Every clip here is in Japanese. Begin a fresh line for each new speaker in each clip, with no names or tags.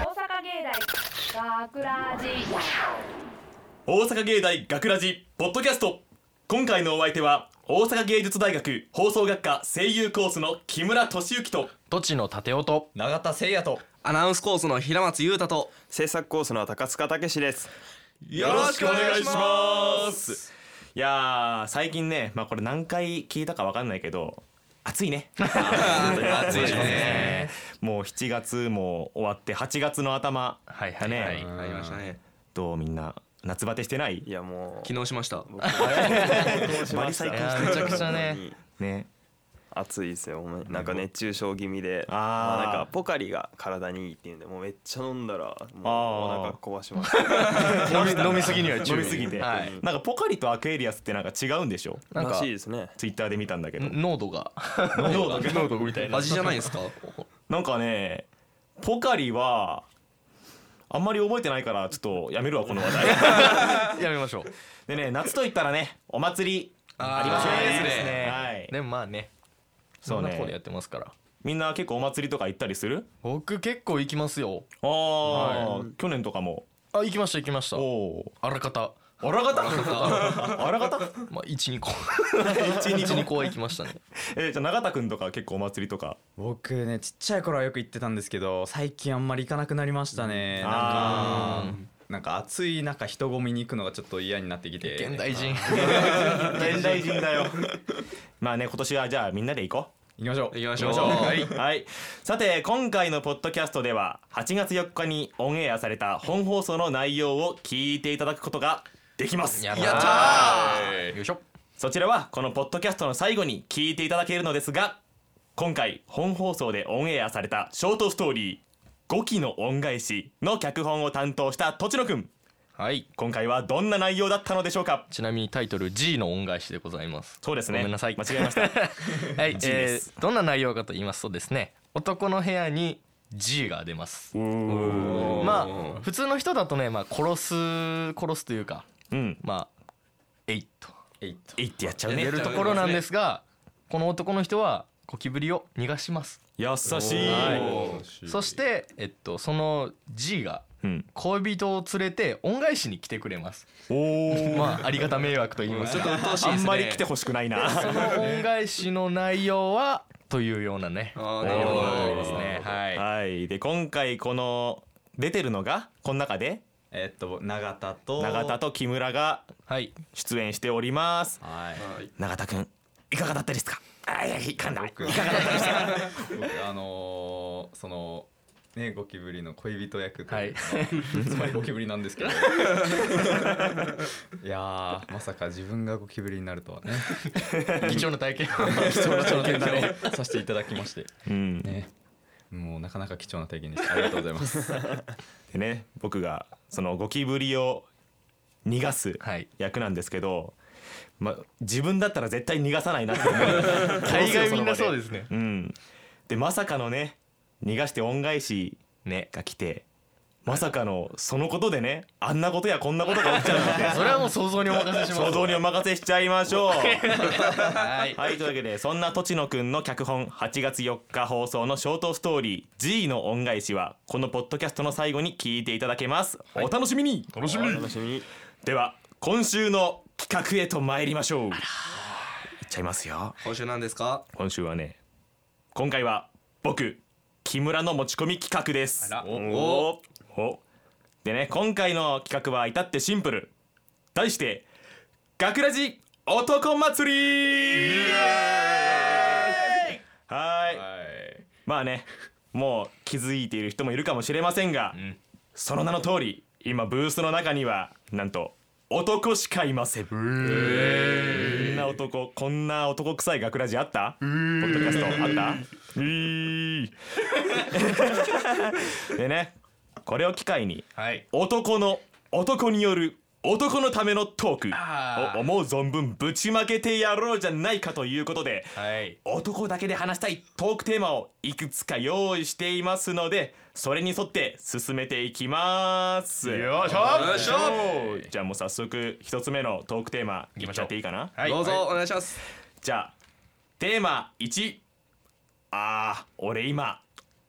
大学ラジ
大阪芸大学ラジポッドキャスト今回のお相手は大阪芸術大学放送学科声優コースの木村俊之と
土地の盾音
永田誠也と
アナウンスコースの平松優太と
制作コースの高塚武 史です
よろしくお願いしますいやー最近ねまあこれ何回聞いたかわかんないけど暑いね暑
いね
もう7月も終わって8月の頭
はい
だね、
はいはい
ありましたね
どうみんな夏バテしてない
いやもう
昨日しました
僕も
バリ最
いやめちゃくちゃね
ね
暑いですよほんまになんか熱中症気味で
あー
まあなんかポカリが体にいいっていうんでもうめっちゃ飲んだらも
あー
うお腹壊しました
飲み飲みすぎには飲みすぎて、
はい
なんかポカリとアクエリアスってなんか違うんでしょ
なん
ら
か
しいですね
ツイッターで見たんだけど
濃度が
濃度が
濃度みたいな
味じゃないですか
なんかねポカリはあんまり覚えてないからちょっとやめるわこの話題
やめましょう
でね夏といったらねお祭りありますね
あーいいです
ね
はい、
でもまあね
そ
そ
うん
な
ね
とこでやってますから
みんな結構お祭りとか行ったりする
僕結構行きますよ
ああ、
は
去年とかも
あ行きました行きました
おお
あらかた
ーあらがたあらがた
まあ12個
一
12
二
個は行きましたね
えじゃあ永田君とか結構お祭りとか
僕ねちっちゃい頃はよく行ってたんですけど最近あんまり行かなくなりましたね、なん
あ
かなんか暑い中人混みに行くのがちょっと嫌になってきて
現代人
現代人だよ まあね今年はじゃあみんなで行こう
行きましょう
行きましょう
はい、さて今回のポッドキャストでは8月4日にオンエアされた本放送の内容を聞いていただくことができます
や
やった
ーよいしょ
そちらはこのポッドキャストの最後に聞いていただけるのですが今回本放送でオンエアされたショートストーリー「5期の恩返し」の脚本を担当したとちのくん
はい
今回はどんな内容だったのでしょうか
ちなみにタイトル G の恩返しでございます
そうですね
ごめんなさい
間違えました
はい、
G で
え
す
ー、どんな内容かと言いますとですね男の部屋に G が出ますまあ普通の人だとね、まあ、殺す殺すというか
うん
まあえいっと
えいっと
いってやっちゃう
出
ね
るところなんですがこの男の人はゴキブリを逃がします
優しい、
そして、えっと、その G が
うん、
恋人を連れて恩返しに来てくれます
おお
まあありがた迷惑と言います
ちょっと
か
鬱陶しい
あ
ですね
んまり来てほしくないな
その恩返しの内容はというようなね
あー
内
な
容
るほど
ですねはい
はい、で今回この出てるのがこの中で
えっと永田と
永田と木村が
はい
出演しております
はい
永田くんいかがだったですかあいやいかんない
僕あのー、そのねゴキブリの恋人役と
は
いう
い
か、つまりゴキブリなんですけ どいやーまさか自分がゴキブリになるとは ね
貴重な体験
貴重な体験をさせていただきまして
うんで
ねもうなかなか貴重な体験でしたありがとうございます
ね僕がそのゴキブリを逃がす
はい
役なんですけど、まあ自分だったら絶対逃がさないな って思う
大概みんなそうですね
うんでまさかのね逃がして恩返し
ね
が来てまさかのそのことでねあんなことやこんなことが起きちゃう なんて
それはもう想像にお任せしま
想
す
像にお任せしちゃいましょう
はい
はいというわけでそんなとちのくんの脚本8月4日放送のショートストーリー「G の恩返し」はこのポッドキャストの最後に聞いていただけます、お楽しみに
楽しみ
楽しみに
では今週の企画へと参りましょういっちゃいますよ
今週なんですか
今週はね今回は僕木村の持ち込み企画です
あら
おおおでね今回の企画は至ってシンプル題して「学ラジ男祭り」はいまあねもう気づいている人もいるかもしれませんが、その名の通り今ブースの中にはなんと男しかいません、こんな男こんな男臭い学ラジあったポッドキャストあったうー でねこれを機会に
はい
男の男による男のためのトー
あ
クを
ー
思う存分ぶちまけてやろうじゃないかということで
はい
男だけで話したいトークテーマをいくつか用意していますのでそれに沿って進めていきます
よいしょ
よいしょ
じゃあもう早速一つ目のトークテーマいっちゃっていいかな
はい
どうぞお願いします
じゃあテーマ1あー俺今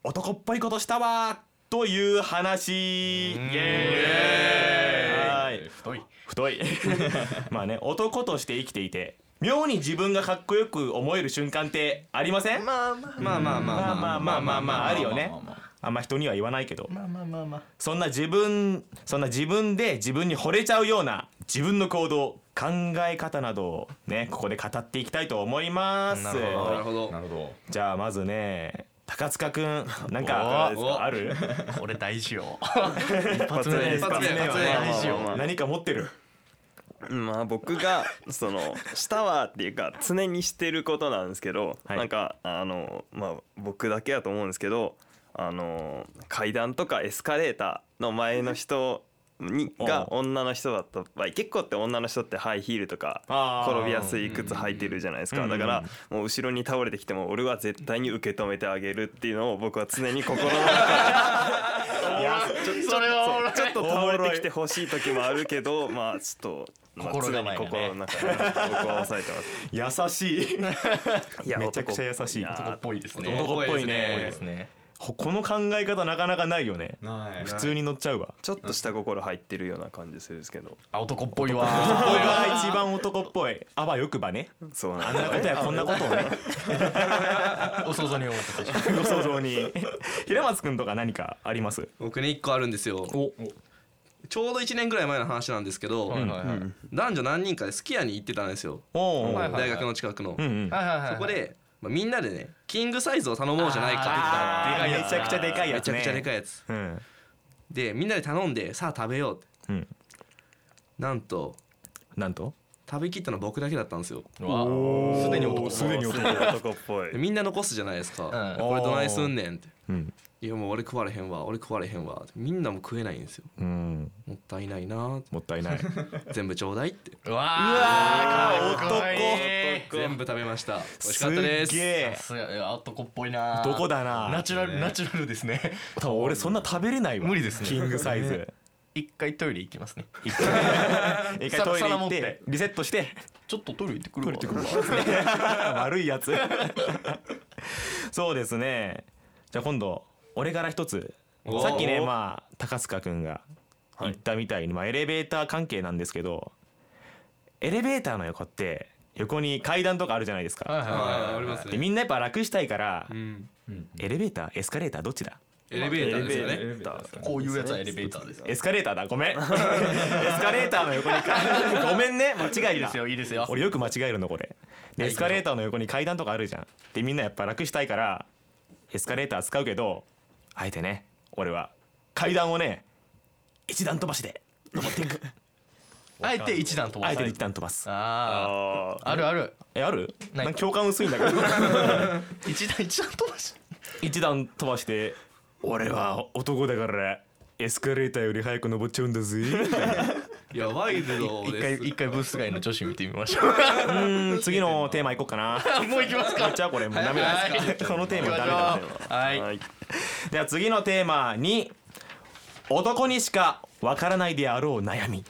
男っぽいことしたわーという話イエーイはい
太い
太い まあね男として生きていて妙に自分がかっこよく思える瞬間ってありませんま
まあまあ
まあまあま
あま
あま
あまあ
あ
まあまああるよね
まあまあま
あんま人には言わないけど
まあまあまあまあ
そんな自分そんな自分で自分に惚れちゃうような自分の行動考え方などをねここで語っていきたいと思います
なるほ
なるほ
あ
ど
なるほ
じゃあまずね高塚くんなんか
おお
ある
これ大事よ一発目
一発目
一発目
はね
大事よ
まあ
何か持ってる
まあ僕がそのしたわっていうか常にしてることなんですけど、
はい
なんかあのまあ僕だけだと思うんですけどあの階段とかエスカレーターの前の人に
おう
が女の人だった場合結構って女の人ってハイヒールとか
あー
転びやすい靴履いてるじゃないです
うん
か
うん
だからもう後ろに倒れてきても俺は絶対に受け止めてあげるっていうのを僕は常に心 の中でいやちょちょ
それはおもろい
ちょっと倒れてきてほしい時もあるけど、まあちょっと。まあ
心
常
構
に
えがね
心の中で僕は抑えて ます。
優しい
いや
めちゃくちゃ優
男
しい
や
男っぽいですね
男っぽい
男っぽい
ね
ですね
ほこの考え方なかなかないよね
どない
普通に乗っちゃう わ
ちょっとした心入ってるような感じするんですけど。
あ男っぽい
こ
わ
れが一番男っぽいあばよくばね
そうな
あ
ん
んな
だ。
ことやこんなことをね
お想像にお任せします
ご想像に平松くんとか何かあります
僕ね一個あるんですよ
お
ちょうど1年ぐらい前の話なんですけど、
はいはいはい
男女何人かでスキヤに行ってたんですよ
おう
はいはい
大学の近くの、
うんうん
はいはいはいはい
そこで、まあ、みんなでねキングサイズを頼もうじゃない
あ
かっ
ー
て言って
めちゃくちゃでかい
た
や
め
つ
ちゃ
ね
くちゃでかいやつ
うん
でみんなで頼んでさあ食べようって
うん
なんと
なんと
食べきったの僕だけだったんですよ
わすでに男
すでに男
男っぽ
で
い。
みんな残すじゃないですか、
うん
これどないすんねんって
うん
いやもう俺食われへんわ俺食われへんわってみんなも食えないんですよ
うん
もったいないなーって
もったいない
全部ちょうだいって
うわー
うわー
かっこいい
全部食べました美味しかったです
すっげえ
さすがいや男っぽいな
どこだな
ナチュラル
ね
ナチュラルですね
多分俺そんな食べれないわ
無理ですね
キングサイズ
一回トイレ行きますね
一回 一回トイレ
皿
行
持
っ
って
てリセットして
ちょっとトイレ行ってくるわ
悪いやつそうですねじゃあ今度俺から一つ
おー
さっきねまあ高塚くんが言ったみたいに、まあ、エレベーター関係なんですけどエレベーターの横って横に階段とかあるじゃないですか、
はいはいはい
あーあります
で
ね
みんなやっぱ楽したいから、
うん
エレベーターエスカレーターどっちだ
エレベーターですよ
エレベ
ね
ーター
こういうやつはエレベーターです
エスカレーターだごめんエスカレーターの横に階ごめんね間違
い
い
いで
だ
すよいいですよ
俺よく間違えるのこれでエスカレーターの横に階段とかあるじゃんでみんなやっぱ楽したいからエスカレーター使うけどあえてね俺は階段をね一段飛ばしで登ってい く
あえて一段飛ば
あえ
す
て一段飛ばす
あ
あ
ああるある
えある
ない
なんか共感薄いんだけ ど
一段一段飛ばし
一段飛ばして俺は男だからエスカレーターより早く登っちゃうんだ ぜ
いやワイルド
一
で
回
す
一回ブース外の女子見てみましょう
うーん次のテーマいこうかな
もう行きます
じゃあこれもうダメだ
早
このテーマダメだ
行きましょうはい
あ。
はい
はい。
では次のテーマに男にしかわからないであろう悩み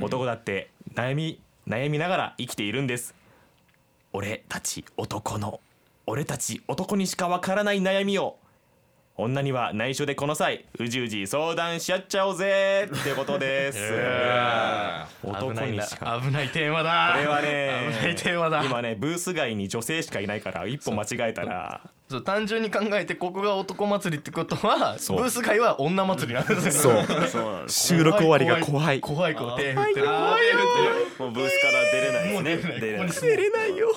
男だって悩み悩みながら生きているんです俺たち男の俺たち男にしかわからない悩みを女には内緒でこの際うじうじ相談し合っちゃおうぜってことです 男
危ない
に
な
しか
危ないテーマだ
これはね
危ないテーマだ
今ねブース外に女性しかいないから一歩間違えたら
そう単純に考えてここが男祭りってことはブ
そう
ース外は女祭りなんですそう
そうなんです。
収録終わりが怖い
怖い怖い手振ってる
もうブースから出れないですね。出れない。
出れないよ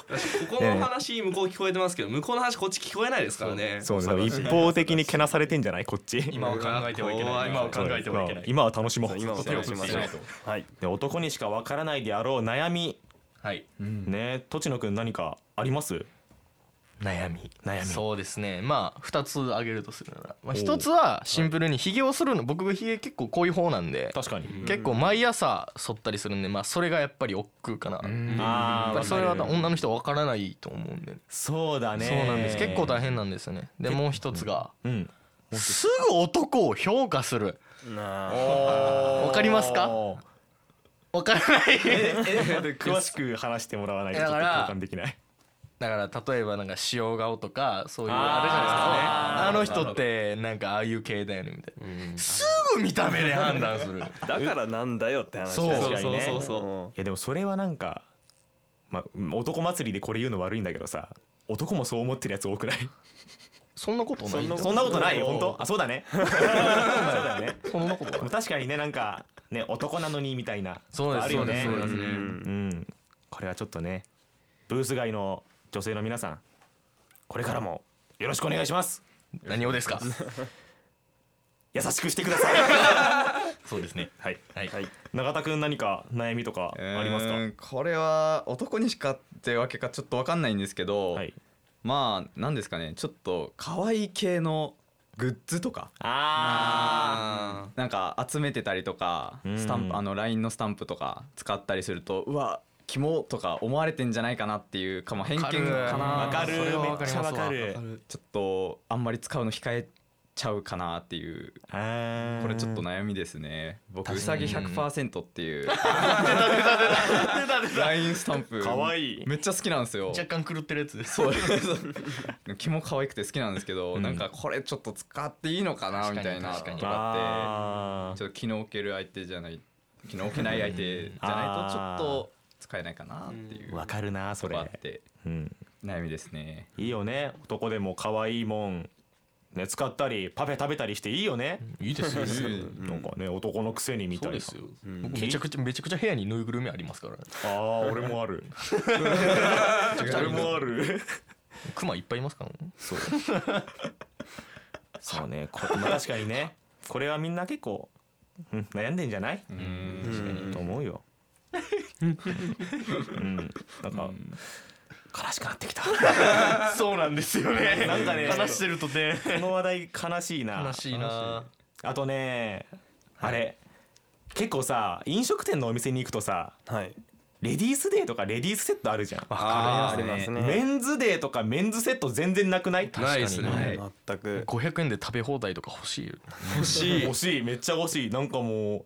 ここの話向こう聞こえてますけど向こうの話こっち聞こえないですからね
そうね一方的にけなされてんじゃないこっち
今は考えてはいけな
怖
い
い
今は考えてはいけない
今は楽しもう
今も楽しみましょう。はい。
で男にしかわからないであろう悩み
はい
ね栃野くん何かあります
悩み
悩み
そうですねまあ2つ挙げるとするなら、まあ、1つはシンプルにひげをするの僕がひげ結構こういう方なんで
確かに
結構毎朝剃ったりするんで、まあ、それがやっぱり億劫かなや
あ
っぱ
あ
りそれは女の人わからないと思うんで
そうだね
そうなんです結構大変なんですよねでもう一つが
うん
すぐ男を評価する
なあ。
わかりますか
おー
わからない
詳しく話してもらわないと
だ
ちょっ
か
と
ら
共感できない
だから例えばなんか塩顔とかそういう
あー
あれじゃないですかねあ
なる
の
ほ
人
ど
ってなんかああいう系だよねみたいな、すぐ見た目で判断する
だからなんだよって話
そう
確かにね
そうそうそうそ
いやでもそれはなんか、まあ、男祭りでこれ言うの悪いんだけどさ男もそう思ってるやつ多くない
そんなことないんだ
そんなことないよ本当あそうだ ねそうだよね
そんなことない
確かにねなんかね男なのにみたいな
そうです
あるよね
そうですそう
う
で
ん
うんこれはちょっとねブース外の女性の皆さんこれからもよろしくお願いします
何をですか
優しくしてください
そうですね
はい
はい、
はい
永田君何か悩みとかありますか
うーんこれは男にしかってわけかちょっとわかんないんですけど、
はい
まあなんですかねちょっと可愛い系のグッズとか
あ
なんか集めてたりとか
うん
スタンプあの LINE のスタンプとか使ったりするとうわキモとか思われてんじゃないかなっていうかも偏見かな
わかる
それはわかります
めっちゃわかる
わ
ちょっとあんまり使うの控えちゃうかなっていう
ーあー
これちょっと悩みですね僕う
確
さ
かに
ぎ100%っていう LINE スタンプ
かわいい
めっちゃ好きなんですよ
若干狂ってるやつです
そう気も可愛くて好きなんですけど、
ん
なんかこれちょっと使っていいのかなみたいな
確かに
と
確
か
あ
ってち
ー
ょっと気の置ける相手じゃない気の置けない相手じゃないとちょっと使えないかなっていう
わかるなそ
と
れ
こあって
うん
悩みですね
いいよね男でも可愛いもんね使ったりパフェ食べたりしていいよね
いいです よ
うん
なんかね男のくせにみたい
そ
うな
ですよ、僕めちゃくちゃめちゃくちゃ部屋にぬいぐるみありますからね
ああ俺もある俺もある
クマいっぱいいますからね
そうそうねこれまあ確かにねこれはみんな結構、うん、悩んでんじゃない、
うん
うん
と思うようんなんか、悲しくなってきた
そうなんですよ ね
なんかね
話してるとね
この話題悲しいな
悲しいな
あとねあれ結構さ飲食店のお店に行くとさ
はい
レディースデーとかレディースセットあるじゃん
あ
ありますね
メンズデーとかメンズセット全然なくない
ないです
は
ね
い
全く
500円で食べ放題とか欲しいよ
欲しい欲しいめっちゃ欲しいなんかもう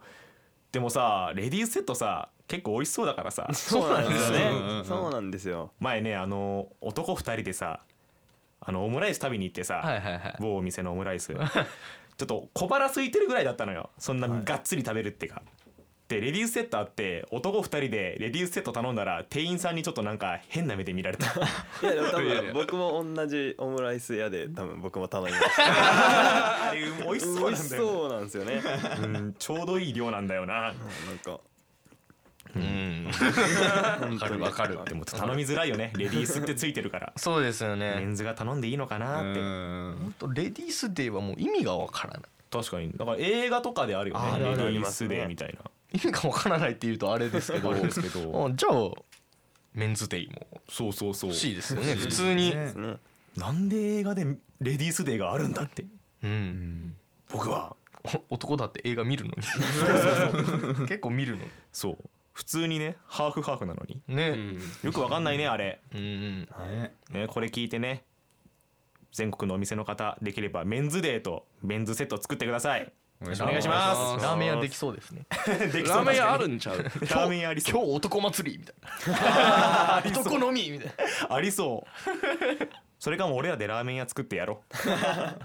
でもさレディースセットさ結構美味しそうだからさ
そうなんですよね
うんうんうん
そうなんですよ
前ねあの男2人でさあのオムライス食べに行ってさ、
はいはいはい
某お店のオムライスちょっと小腹空いてるぐらいだったのよそんながっつり食べるってか、でレディースセットあって男2人でレディースセット頼んだら店員さんにちょっとなんか変な目で見られた
いやでも多分僕も同じオムライス屋で多分僕も頼みました
あれ美味しそう
美
な
味し
んだよ
そうなんですよね
ね、うんちょうどいい量なんだよな
なんか
うん
本当に
わかるわか
でもちょっと頼みづらいよねレディースってついてるから
そうですよ
メ
ね
ンズが頼んでいいのかなって
うん
ほんとレディースデーはもう意味がわからない
確かにだから映画とかであるよね
あるあ
レ
る
デ
あ
ィ
り
ー
ます
ス
ね
デーみたいな
意味がわからないっていうとあれですけ ど
あれですけど
あじゃあメンズデイも
そうそうそう
欲しいですよね普通に、
ね
なんで映画でレディースデーがあるんだって
うん、
僕は
お男だって映画見るの に結構見るの
そう普通にねハーフハーフなのに
にね、
よくわかんないねあれ、
うんうん、
ね
ね、これ聞いてね全国のお店の方できればメンズデーとメンズセット作ってください
お願いし
お願いしま
ラーメン屋できそうですね
でき
ラーメン屋あ
る
るんちゃう
ラーメン屋あり
今
そう
日男祭りみた いな男のみみたい
ありそうそれかも俺らでラーメン屋作ってやろ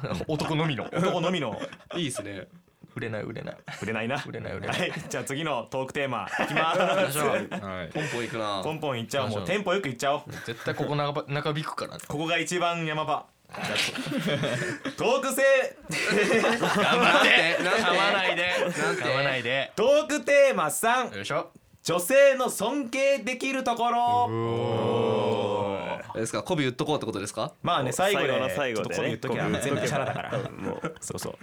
な 男のみの
う男のみの
いいですね
売れない売れない
売れないな
売れ ない売れない
はい、じゃあ次のトークテーマいきます
ますはい
ポンポンいくな
ポンポンいっちゃおうも
行
う
き
テ
ましょう
ンポよくいっちゃおう
絶対ここ長ば長引くからね
ここが一番山場トークせ
頑張って
なんて
噛まないで噛まないで
トークテーマ3
よいしょ
女性の尊敬できるところ
あれですかコビ言っとこうってことですか
まあね最後で
の最後で
ちょっとこう言っときゃ
ね
全部チャラだから
もう
そうそう、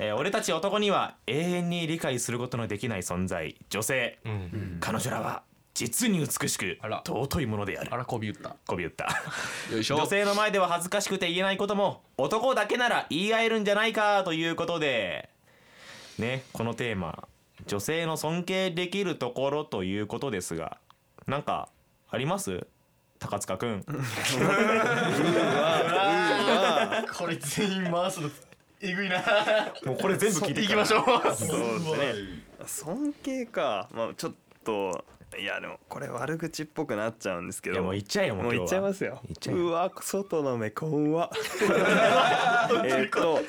えー俺たち男には永遠に理解することのできない存在女性、彼女らは実に美しく
あら
尊いものである
あらこび打った
こび打った
よいしょ
女性の前では恥ずかしくて言えないことも男だけなら言い合えるんじゃないかということでねこのテーマ女性の尊敬できるところということですがなんかあります高塚くん
これ全員回すのえぐいな
もうこれ全部聞いて
行きましょう
そうですね尊敬かまあちょっといやでもこれ悪口っぽくなっちゃうんですけ
いや
ど
もう行っちゃえよもう
もう
今日は
行っちゃいますよ
行っちゃえよ
うわ外の目こ んわえっと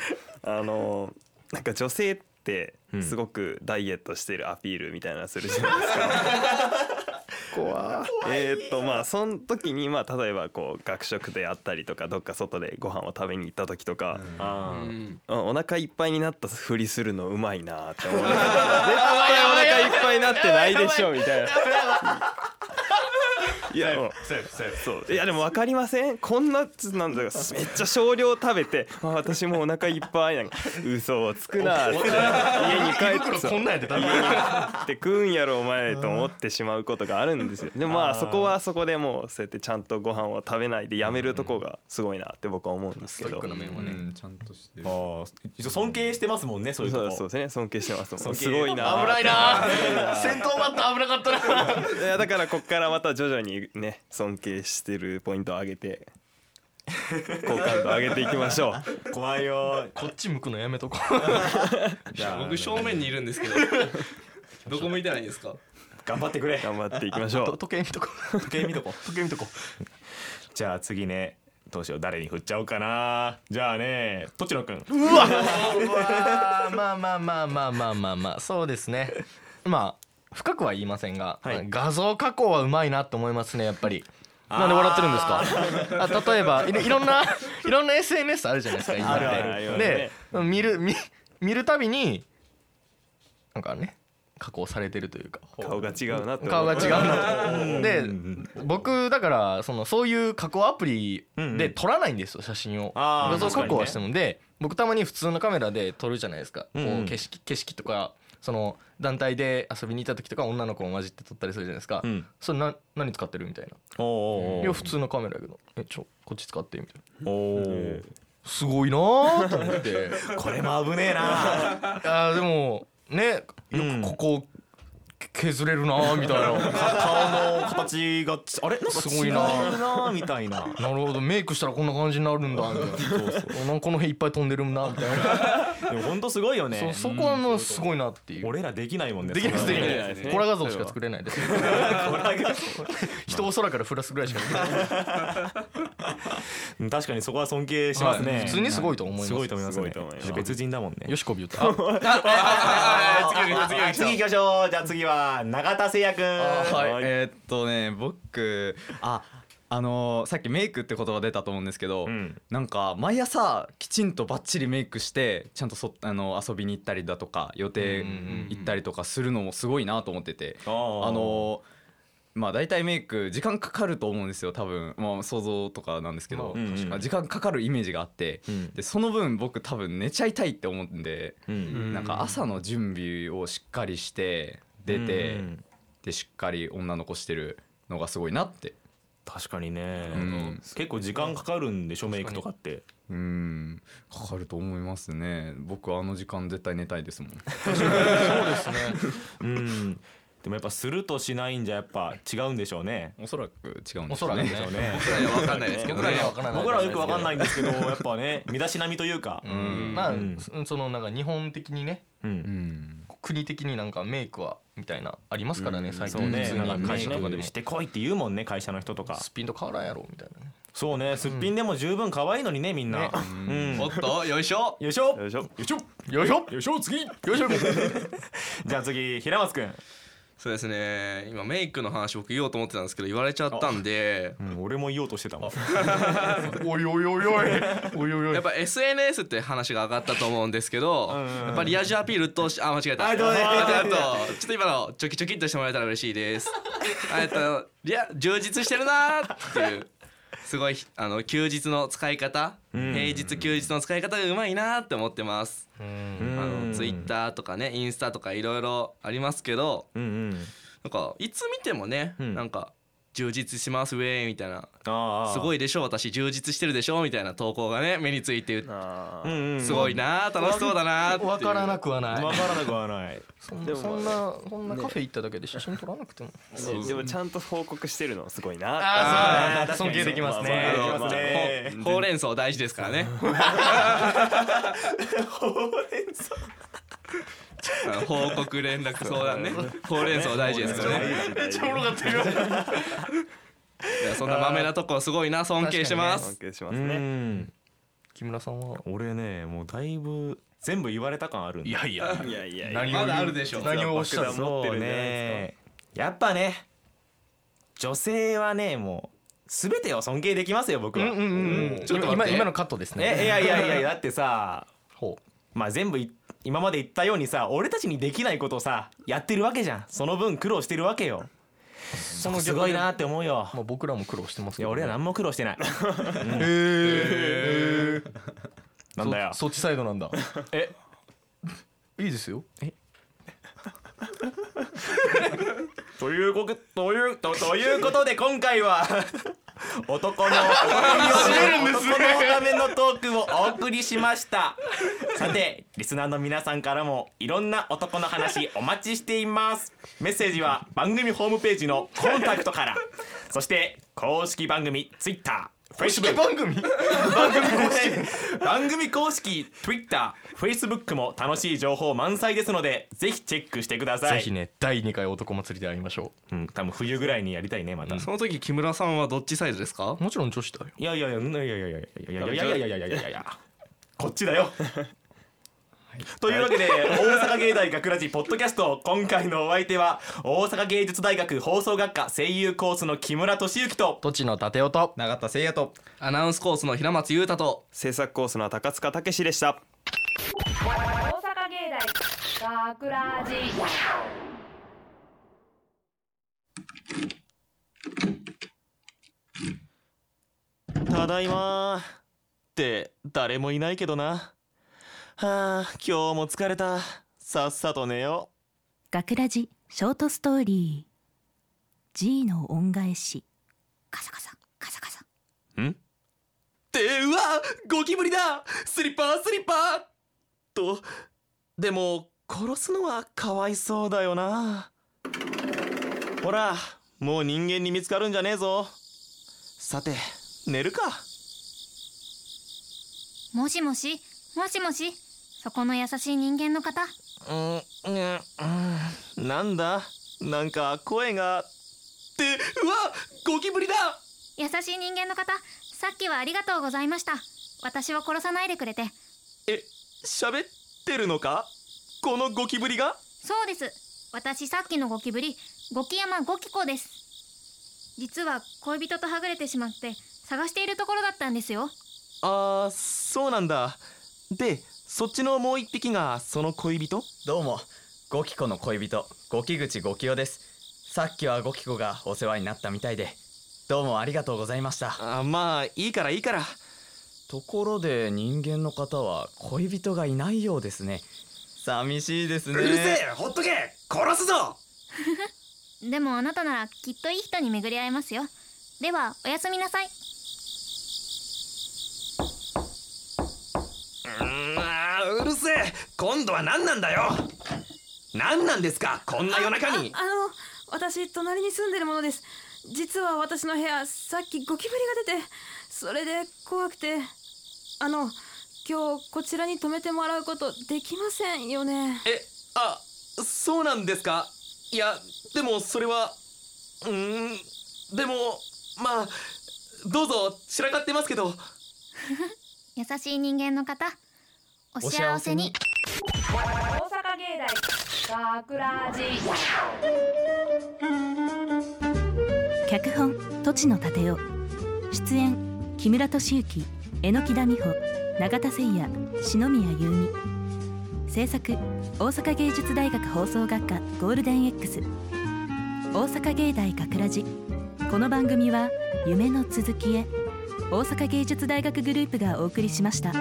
あのなんか女性って
うん
すごくダイエットしてるアピールみたいなのするじゃないです か怖えっとまあその時にまあ例えばこう学食であったりとかどっか外でご飯を食べに行った時とか、
あー
うんお腹いっぱいになったふりするのうまいなって思うんですよ絶対お腹いっぱいになってないでしょみたいな。いやもうそういやでも分かりませんこんなつなんだろうめっちゃ少量食べてあ私もうお腹いっぱいなんか嘘をつくなって家に帰って
袋こんなんやで多分
って食うんやろお前と思ってしまうことがあるんですよでもまあそこはそこでもうそうやってちゃんとご飯を食べないでやめるとこがすごいなって僕は思うんですけど
面
う
はね
んちゃんとしてる
あー一応尊敬してますもんねそういうと
そう
こ
そうですね尊敬してますも
尊
ん
敬
すごいな
危ない な先頭バッター危なかったない
やだからこっからまた徐々にね尊敬してるポイントを上げて好感度上げていきましょう
怖いよ
こっち向くのやめとこ
じゃあ
僕正面にいるんですけ どどこ向いてないんですか
頑張ってくれ
頑張っていきましょ
う
う
時計見とこ
時計見とこ時計見とこじゃあ次ねどうしよう誰に振っちゃおうかなじゃあねとちのくん
まあまあまあまあまあまあまあ、まあ、そうですねまあ深くは言いませんが、
はい
まあ画像加工はうまいなと思いますねやっぱりなんで笑ってるんですかあ例えばいろいろんないろんな SNS あるじゃないですか今って
あるあるあるよね
で見る見見るたびになんかね加工されてるというか
顔が違うなって思
顔
う
が違う
う
なんとで僕だからそのそういう加工アプリで撮らないんですよ写真を
あー
画像加工はして
確か
もで僕たまに普通のカメラで撮るじゃないですかこ
うんうん
う景色景色とかその団体で遊びに行った時とか女の子も混じって撮ったりするじゃないですか
うん
それな何使ってるみたい
お
な
お
いや普通のカメラやけどえちょこっち使ってみたいな
おお
すごいなーと思って
これも危ねえな
あーでもね
うん
よくここ削れるなーみたいな。
顔の形があれなんか
す
違
ごいうな
なみたいな
なるほどメイクしたらこんな感じになるんだみたいななんかこの辺いっぱい飛んでるなみたいな、
でも本当すごいよ
そう
ね
そこはもうすごいなっていう
俺らできないもんね
できないです
そ
で
ん
き
な
な
の
い
ね
ですコラ画像しか作れないです人を空から降らすぐらいしかできない
うん確かにそこは尊敬しますね、
はい普通にすごいと思います
すごいと思います,、ね、
すごいと思います
別人だもんね
よしこび言ったあ
あ次行きましょうじゃあ次は永田誠也くん
はいえーっとね僕ああのーさっきメイクって言葉出たと思うんですけど、
うん
なんか毎朝きちんとバッチリメイクしてちゃんとそあの遊びに行ったりだとか予定
うんうんうん
行ったりとかするのもすごいなと思ってて、
あー
あのまあ大体メイク時間かかると思うんですよ多分まあ想像とかなんですけど、
まあうんうん
まあ時間かかるイメージがあって、
うん
でその分僕多分寝ちゃいたいって思うんで、
うん
なんか朝の準備をしっかりして出て、
うん
でしっかり女の子してるのがすごいなって
確かにね、
うん
結構時間かかるんでしょメイクとかって
うんかかると思いますね僕あの時間絶対寝たいですもん
うんでもやっぱするとしないんじゃやっぱ違うんでしょうね
おそらく違うん
お
です
そら
よ
くね
ね
分かんないですけど
僕らには分からない
僕らはよくわかんないんですけどやっぱね身だしなみというか
う、んまあそそのなんか日本的にね
うん
うん
国的になんかメイクはみたいなありますからね最
そう
近普
ね
通
な
に
んか
メ
会
イ
社
クと
とかで
かでも
もしてこいって言うもんね会社の人とか
スピンと変わらんやろみたいなね
そうねすっぴんでも十分可愛いのにねみん な、
ね
うん
おっとよいしょ
よいしょ
よいしょ
よいしょ
よいしょ
よいしょ次
よいしょ
じゃあ次平松くん、
そうですね今メイクの話僕言おうと思ってたんですけど言われちゃったんで
うん、俺も言おうとしてたもん
おいおいおいおいおいおいおい
やっぱ SNS って話が上がったと思うんですけど
ん
やっぱリア充アピールとしあ間違えた
あどうぞ
あとあとちょっと今のチョキチョキっとしてもらえたら嬉しいです えっとリア充実してるなーっていうすごいあの休日の使い方
ん
平日休日の使い方がうまいなーって思ってます
うん
あ
うん
のツイッターとかねインスタとかいろいろありますけど
うんうん
なんかいつ見てもね、
うん
なんか充実しますウェーイみたいな
ああ
すごいでしょ私充実してるでしょみたいな投稿がね目について
あ
うんう
ー
んうん
すごいなー楽しそうだなーっていう
わからなくはない
わからなくはない
そんなそんなそんなカフェ行っただけで写真撮らなくても
ででもちゃんと報告してるのすごいな
あーそうね
尊敬できます
ま
ね
あ
でき
まあま
ま
あ
すね
ほうれん草大事ですからねあの報告連絡相談ねほうれん草大事ですからね
めっちゃおもろかった
いやそんなまめなとこすごいな尊敬してま
尊
す
敬しま
う
すね
ん
木村さんは
俺ねもうだいぶ全部言われた感あるん
い
だ
やいや
いやいやいや
何
まだあるでしょ
何をおっしゃる
爆弾持って
そう
るんじゃないで
ねやっぱね女性はねもう全てを尊敬できますよ僕は、
うんうんうんうん
ちょっと待って
今今のカットですね
えいやいやいやいやだってさ
ほ
まあ全部い今まで言ったようにさ俺たちにできないことをさやってるわけじゃんその分苦労してるわけよ
の逆
すごいなって思うよ
うまあ僕らも苦労してます
い
け
や
ど
俺は何も苦労してないなんだよ
そそっちサイドなんだえいいですよ
ということというとということで今回は 男の男のためのトークをお送りしましたさてリスナーの皆さんからもいろんな男の話お待ちしていますメッセージは番組ホームページのコンタクトからそして公式番組 Twitter 公式番組番組公式番組公式 Twitter、Facebook も楽しい情報満載ですのでぜひチェックしてください
ぜひね第2回男祭りで会いましょ
うん、多分冬ぐらいにやりたいねまた。い
その時木村さんはどっちサイズですか
うもちろん女子だよ
やいやいやいやいやいやいやいやいやいやいやいやいやいやいやいやこっちだよ。というわけで大阪芸大学ラジポッドキャスト今回のお相手は大阪芸術大学放送学科声優コースの木村俊之と
栃の立夫と
永田誠也と
アナウンスコースの平松優太と
制作コースの高塚武史でした
大阪芸大学ラジ
ただいまーって誰もいないけどなはあ今日も疲れたさっさと寝よ
学ラジショートストーリー G の恩返しカサカサカサカサ
ってうわゴキブリだスリッパースリッパーとでも殺すのはかわいそうだよなほらもう人間に見つかるんじゃねえぞさて寝るか
もしもしもしもしそこの優しい人間の方
うんうんなんだなんか声がってうわゴキブリだ
優しい人間の方さっきはありがとうございました私を殺さないでくれて
え喋ってるのかこのゴキブリが
そうです私さっきのゴキブリゴキ山ゴキ子です実は恋人とはぐれてしまって探しているところだったんですよ
あーそうなんだでそっちのもう一匹がその恋人
どうもゴキコの恋人ゴキ口ゴキオですさっきはゴキコがお世話になったみたいでどうもありがとうございました
あまあいいからいいから
ところで人間の方は恋人がいないようですね寂しいですねうるせえ
でもあなたならきっといい人に巡り合えますよではおやすみなさい
あーうるせえ今度は何なんだよ何なんですかこんな夜中に
ああの私隣に住んでるものです実は私の部屋さっきゴキブリが出てそれで怖くてあの今日こちらに泊めてもらうことできませんよね
えあそうなんですかいやでもそれはうーんでもまあどうぞ散らかってますけど
優しい人間の方お幸せに
大阪芸大学ラジ
脚本栃野立夫出演木村俊之榎木田美穂永田誠也篠宮優美制作大阪芸術大学放送学科ゴールデン X 大阪芸大学ラジこの番組は夢の続きへ大阪芸術大学グループがお送りしました。